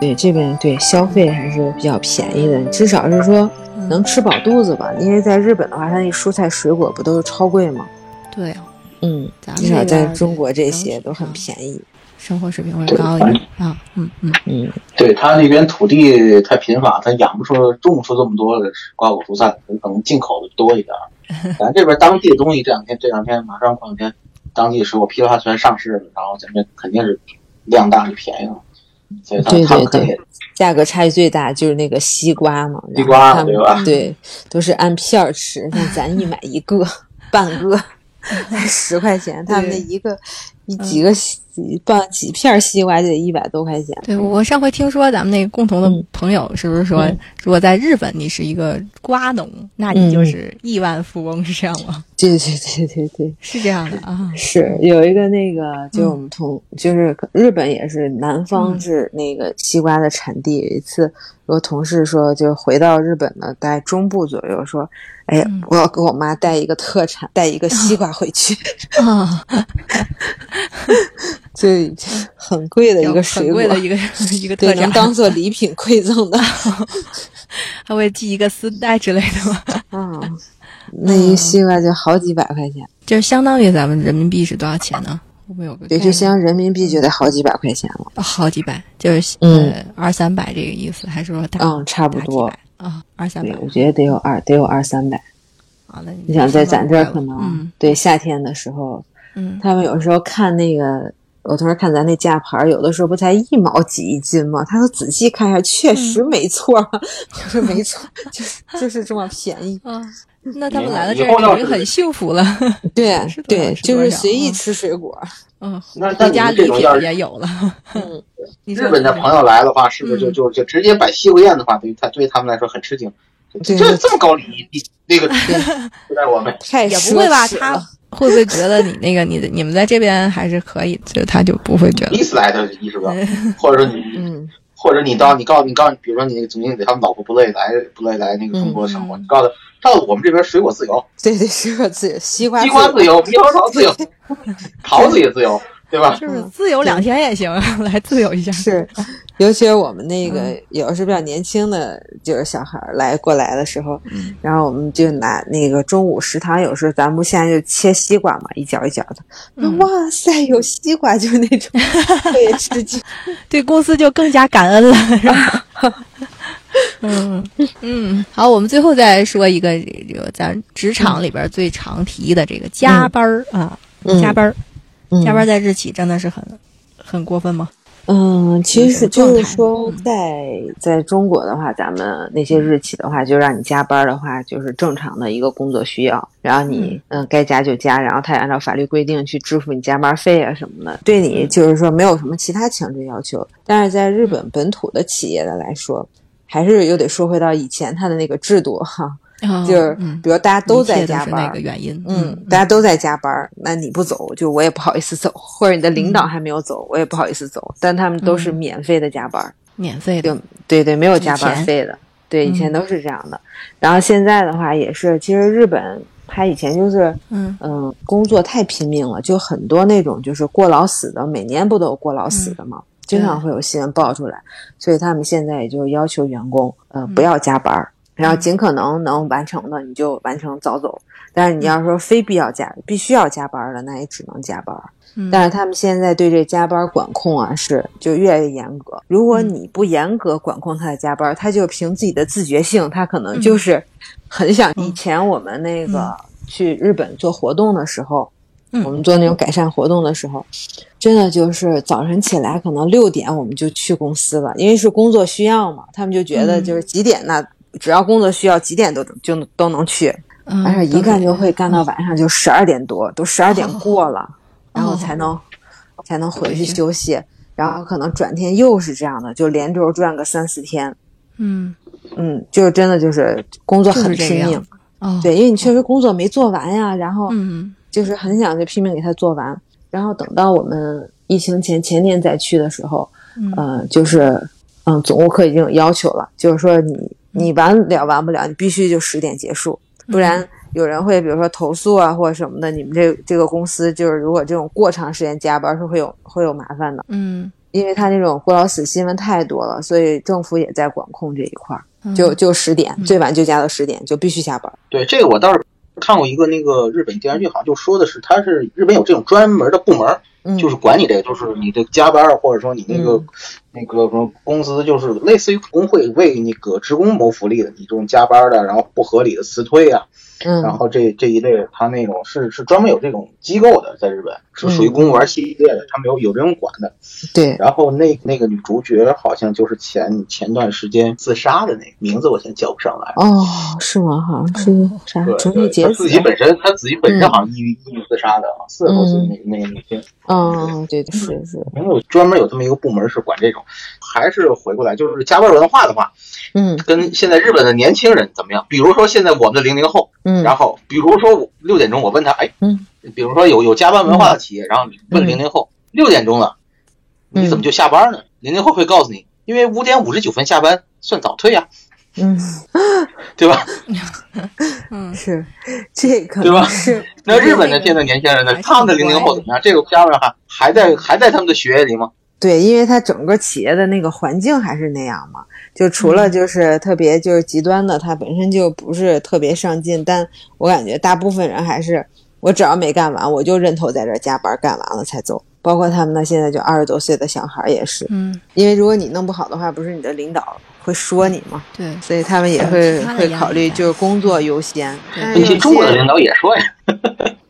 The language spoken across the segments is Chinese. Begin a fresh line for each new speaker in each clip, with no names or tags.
对这边对消费还是比较便宜的，至少是说能吃饱肚子吧。因为在日本的话，它那蔬菜水果不都是超贵吗？
对，
嗯，
咱们
至少
这
在
边儿
中国这
能
些
吃
都很
啊
便宜。
生活水平会
对
高一
反
点啊，嗯嗯，
嗯，
对他那边土地太贫乏，他养不出、种不出这么多的瓜果蔬菜，可能进口的多一点儿。 咱这边当地的东西，这两天这两天马上过两天，当地水果批发全上市了，然后咱们肯定是量大就便宜了，所以他
对
他
对
们可以
对，价格差距最大就是那个西瓜嘛，
西
然后
瓜
他们
对吧
对，都是按片儿吃，像咱一买一个 半个才十块钱，他们那
对
一个一几个西半几片儿西瓜就得一百多块钱。
对我上回听说咱们那个共同的
嗯
朋友是不是说
嗯，
如果在日本你是一个瓜农，那你就是亿万富翁，是这样吗？
对对对对对，
是这样的啊，
是有一个那个，就是我们同，就是日本也是南方
嗯
是那个西瓜的产地。有一次，我同事说，就回到日本了，在中部左右，说，哎
嗯，
我要给我妈带一个特 产，带一个西瓜回去，
啊，
就很贵的一个水
很
果
贵，的一个 一个
对
特，
能
产，
当做礼品馈赠 的
还会系一个丝带之类 的吗？
啊。
嗯
那一西瓜就好几百块钱，
就是相当于咱们人民币是多少钱呢？我们有个
对，
概
就
念
相人民币就得好几百块钱了。
哦好几百，就是
嗯
呃二三百这个意思，还是说大
嗯，差不
大几
多
百。啊，二三百
对，我觉得得有二，得有二三百。
啊，那
你想在咱这儿
300
可能、
嗯
对夏天的时候，
嗯，
他们有时候看那个，我同事看咱那价牌儿，有的时候不才一毛几一斤吗？他说仔细看一下，确实没错儿。我说嗯没错， 就是就是这么便宜。
啊，那他们
明白
来了
以
这
后
儿
要
已经
是
很幸福了。
对
是多少
对，
是
就
多
是
少
随意
嗯
吃水果。
嗯，
那那
到
你
家
们
礼
这种
品
要是
也有了。
嗯，
你说
日本的朋友来的话，是不是就
嗯
就就直接摆西瓜宴的话，对于他对于他们来说很吃惊？
对
这这这么高礼仪，你那 个对待我们。
太
也
奢
不会吧？
侈
他
了
会不会觉得你那个你的你们在这边还是可以，就他就不会觉
第
得
一次来的意识不 到，或者说你，
嗯，
或者你到你告诉你告诉，比如说你那个总经理他们老婆不乐意来不乐意来那个中国生活，
嗯
你告诉他到了我们这边水果自由，
对 对，水果自由，西瓜
西瓜
自
自
由。
由，猕猴桃自由，桃子也自由，对吧？
就是自由两天也行， 来自由一 下。
嗯是，尤其是我们那个
嗯
有的是比较年轻的，就是小孩儿来过来的时候，
嗯
然后我们就拿那个中午食堂，有时候咱不现在就切西瓜嘛，一角一角的，
嗯
哇塞，有西瓜就是那 种被吃惊，
对公司就更加感恩了，是吧？ 嗯嗯，好，我们最后再说一个这个咱职场里边最常提的这个加班儿啊，
嗯
加班儿，
嗯
加班儿在日企真的是很很过分吗？
嗯，其
有
实
状
就是
态
说
嗯
在，在中国的话，咱们那些日企的话，就让你加班的话，就是正常的一个工作需要，然后你嗯该加就加，然后他也按照法律规定去支付你加班费啊什么的，对
嗯
你就是说没有什么其他强制要求。但是在日本
嗯
本土的企业的来说，还是又得说回到以前他的那个制度哈，
啊
就是
嗯
比如大家都
一切
在加
是
班
那
儿
个，原因，
嗯，大家都在加班儿，那你不走，就我也不好意思走， 或者你的领导还没有走，我也不好意思走。但他们都是
嗯
免费的加班儿，
免费的
就，对对，没有
以
加班
前
费的，对，以前
嗯
都是这样的。然后现在的话也是，其实日本他以前就是，
嗯
嗯，工作太拼命了，就很多那种就是过劳死的，每年不都有过劳死的吗？经常
对
会有新闻爆出来，所以他们现在也就要求员工，呃，不
嗯
要加班儿，然后
嗯
尽可能能完成的你就完成早走，但是你要说非必要加，必须要加班儿的，那也只能加班儿。
嗯，
但是他们现在对这加班管控啊，是就越来越严格。如果
嗯
你不严格管控他的加班，他就凭自己的自觉性，他可能就是很想。
嗯
以前我们那
嗯
个去日本做活动的时候，
嗯
我们做那种改善活动的时候，真的就是早晨起来可能六点我们就去公司了，因为是工作需要嘛，他们就觉得
嗯
就是几点那。只要工作需要，几点都就都能去，
嗯
但是一干就会干到
嗯
晚上就十二点多，都十二点过 了，然后
哦
才能、才能回
回
去
去
休息，然后可能转天又是这样的，就连轴转个三四天，
嗯，
嗯，就是真的就是工作很
就是这
拼
样
命，
哦，
对，因为你确实工作没做完呀，然后
嗯，
就是很想就拼命给它做完。然后等到我们疫情前前年再去的时候，
嗯
呃，就是嗯，总务科已经有要求了，就是说
嗯
你你完了完不了，你必须就十点结束，不
嗯
然有人会比如说投诉啊或者什么的。你们这这个公司就是如果这种过长时间加班是会有会有麻烦的，
嗯，
因为他那种过劳死新闻太多了，所以政府也在管控这一块儿，
嗯
就就十点
嗯
最晚就加到十点就必须下班。
对，这个我倒是看过一个那个日本电视剧，好像就说的是，它是日本有这种专门的部门儿，
嗯，
就是管你这个，就是你这加班儿，啊或者说你那个、
嗯
那个什么公司，就是类似于工会为那个职工谋福利的，你这种加班儿的，然后不合理的辞退啊，
嗯，
然后这这一类的，它那种是是专门有这种机构的，在日本是属于公务员系列的，他们有有这种管的。
对，
然后那那个女主角好像就是前前段时间自杀的那个名字，我现在叫不上来。
哦，是吗？好像是啥
对，
中秋
对
节
他自己本身，他自己本身好像抑郁抑郁自杀的，啊四十多岁那那个女性，
嗯，对，对是是，
然后专门有这么一个部门是管这种。还是回过来，就是加班文化的话，
嗯
跟现在日本的年轻人怎么样？比如说现在我们的零零后，
嗯
然后比如说我六点钟我问他，哎，
嗯，
比如说有有加班文化的企业，然后你问
嗯
零零后六点钟了，你怎么就下班呢？零零后会告诉你，因为五点五十九分下班算早退呀、啊
嗯，
对吧？
嗯，
是，这可
对吧
能是，
那日本的现在年轻人呢
还，是
他们的零零后怎么样？这个加班还还在还在他们的血液里吗？
对，因为它整个企业的那个环境还是那样嘛，就除
嗯
了就是特别就是极端的，它本身就不是特别上进，但我感觉大部分人还是，我只要没干完，我就认头在这儿加班干完了才走。包括他们到现在就二十多岁的小孩儿也是，
嗯，
因为如果你弄不好的话，不是你的领导会说你嘛，
对，
所以他们也会
其他的
会
压力
考虑
在
就是工作优先。
对
但是
那
有
些中国的
些
领导也说呀，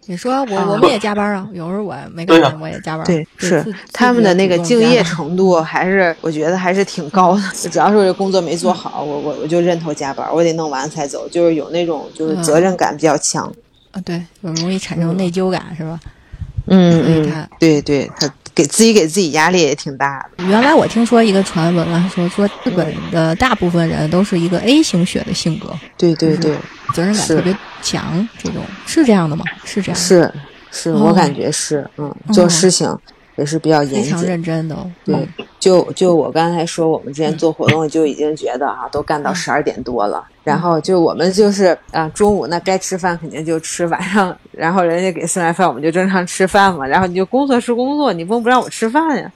你说
啊
我我们也加班啊，有时候我没
对
干
啊
完我也加班，
对，是
自
他们的那个敬业，
自己也主动
程度，还是我觉得还是挺高的。 只要是我这工作没做好，我我我就认头加班，我得弄完才走，就是有那种就是
嗯
责任感比较强。
加班啊，对，有容易产生内疚感是吧？
嗯
所以他
对对，他给自己给自己压力也挺大的。
原来我听说一个传闻啊，说说日本的大部分人都是一个 A 型血的性格，
对对对，
责任感
是
特别强，这种是这样的吗？是这样的，
是是，我
哦
感觉是，嗯，做
哦
事情也是比较
非
严
常
谨。
认真的、哦。
对
嗯，
就就我刚才说，我们之前做活动就已经觉得啊，都干到十二点多了，然后就我们就是啊，中午那该吃饭肯定就吃，晚上然后人家给送来饭，我们就正常吃饭嘛，然后你就工作是工作，你不能不让我吃饭呀。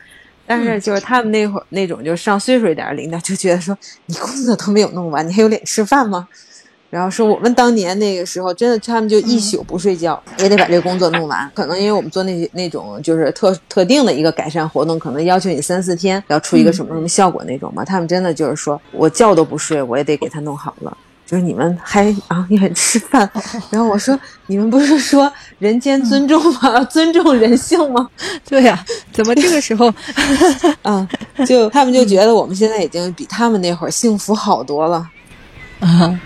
但是就是他们那会儿那种就上岁数一点的领导就觉得说，你工作都没有弄完，你还有脸吃饭吗？然后说我们当年那个时候，真的他们就一宿不睡觉，也得把这个工作弄完。可能因为我们做那些那种就是特特定的一个改善活动，可能要求你三四天要出一个什么什么效果那种嘛。他们真的就是说我觉都不睡，我也得给他弄好了。就是你们还啊，你还吃饭？然后我说你们不是说人间尊重吗？尊重人性吗？
对呀、怎么这个时候？
啊，就他们就觉得我们现在已经比他们那会儿幸福好多了。
啊，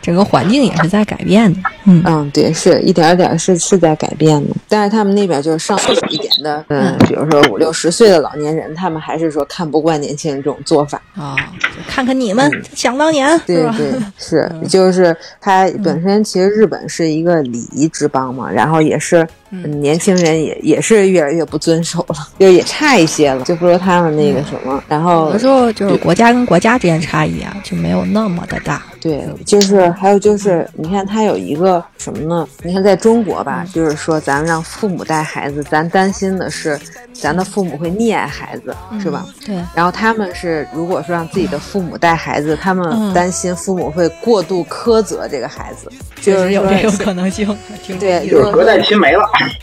整个环境也是在改变的。嗯
嗯，对，是一点儿点儿是是在改变的，但是他们那边就是上岁数一点的，嗯，比如说五六十岁的老年人，他们还是说看不惯年轻人这种做法。
啊，就看看你们，想当年
对
是吧？ 嗯
对，是，就是他本身其实日本是一个礼仪之邦嘛，然后也是。
嗯
嗯，年轻人也也是越来越不遵守了，就也差一些了，就不说他们那个什么，然后
有的时候就是国家跟国家之间差异啊，就没有那么的大。
对，就是还有就是，你看他有一个什么呢？你看在中国吧，
嗯
就是说咱让父母带孩子，咱担心的是咱的父母会溺爱孩子，是吧？
嗯？对，
然后他们是如果说让自己的父母带孩子，他
嗯
们担心父母会过度苛责这个孩子，
确
就是
实有
说
这种嗯可能性。挺有
对
意思
就是隔
代亲没了。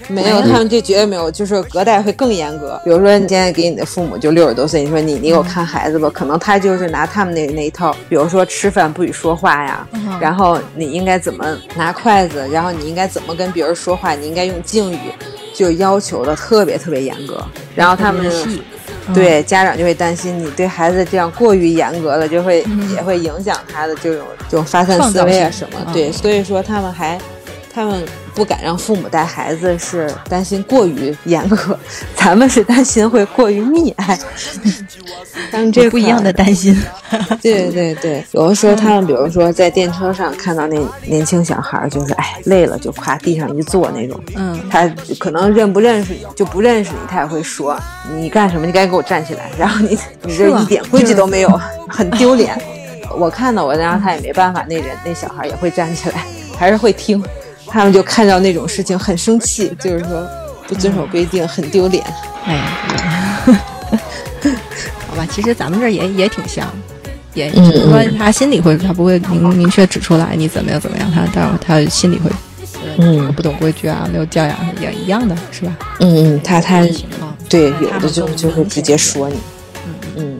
没有，他们就绝对没有，就是隔代会更严格。比如说，你现在给你的父母就六十多岁，你说你
嗯
你给我看孩子吧，可能他就是拿他们那那一套，比如说吃饭不许说话呀，
嗯
然后你应该怎么拿筷子，然后你应该怎么跟别人说话，你应该用敬语，就要求的特别特别严格。然后他们
特别细嗯
对家长就会担心你对孩子这样过于严格了，就会
嗯
也会影响他的这种这种发散
创
思
造
维啊
性
什么
嗯。
对，所以说他们还他们不敢让父母带孩子，是担心过于严格； 咱们是担心会过于溺爱。 他们这
嗯不一样的
担。
担心。
对对对，有的时候他们比如说在电车上看到那年轻小孩儿，就是哎累了就夸地上一坐那种，
嗯
他可能认不认识你就不认识你，他也会说你干什么？你赶紧给我站起来！然 后你你
是
这
吗
一点规矩都没有，很丢脸。我看到我，然后他也没办法，那人那小孩也会站起来，还是会听。他们就看到那种事情很生气，就是说不遵守规定很丢脸。
哎， 好吧，其实咱们这儿也也挺像，也
嗯
只是说他心里会，他不会明明确指出来你怎么样怎么样，他但是他心里会，呃
嗯
不懂规矩啊，没有教养也一样的是吧？
嗯嗯，他他
情况
对
他
有
们
的就
更
就会
明
直
显
接
一点
说你。嗯。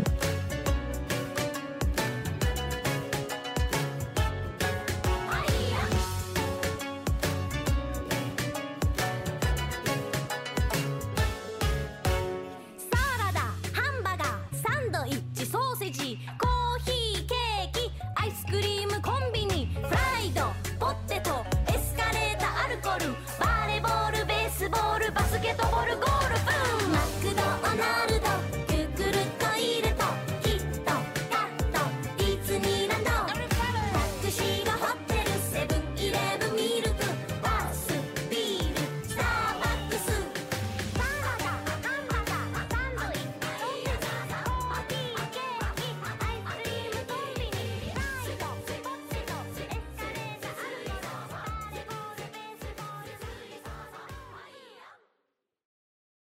サラダ、ハンバーガー、サンドイッチ、ソーセージ、コーヒー、ケーキ、アイスクリーム、コンビニ、フライド、ポテト、エスカレーター、アルコール、バレーボール、ベースボール、バスケットボ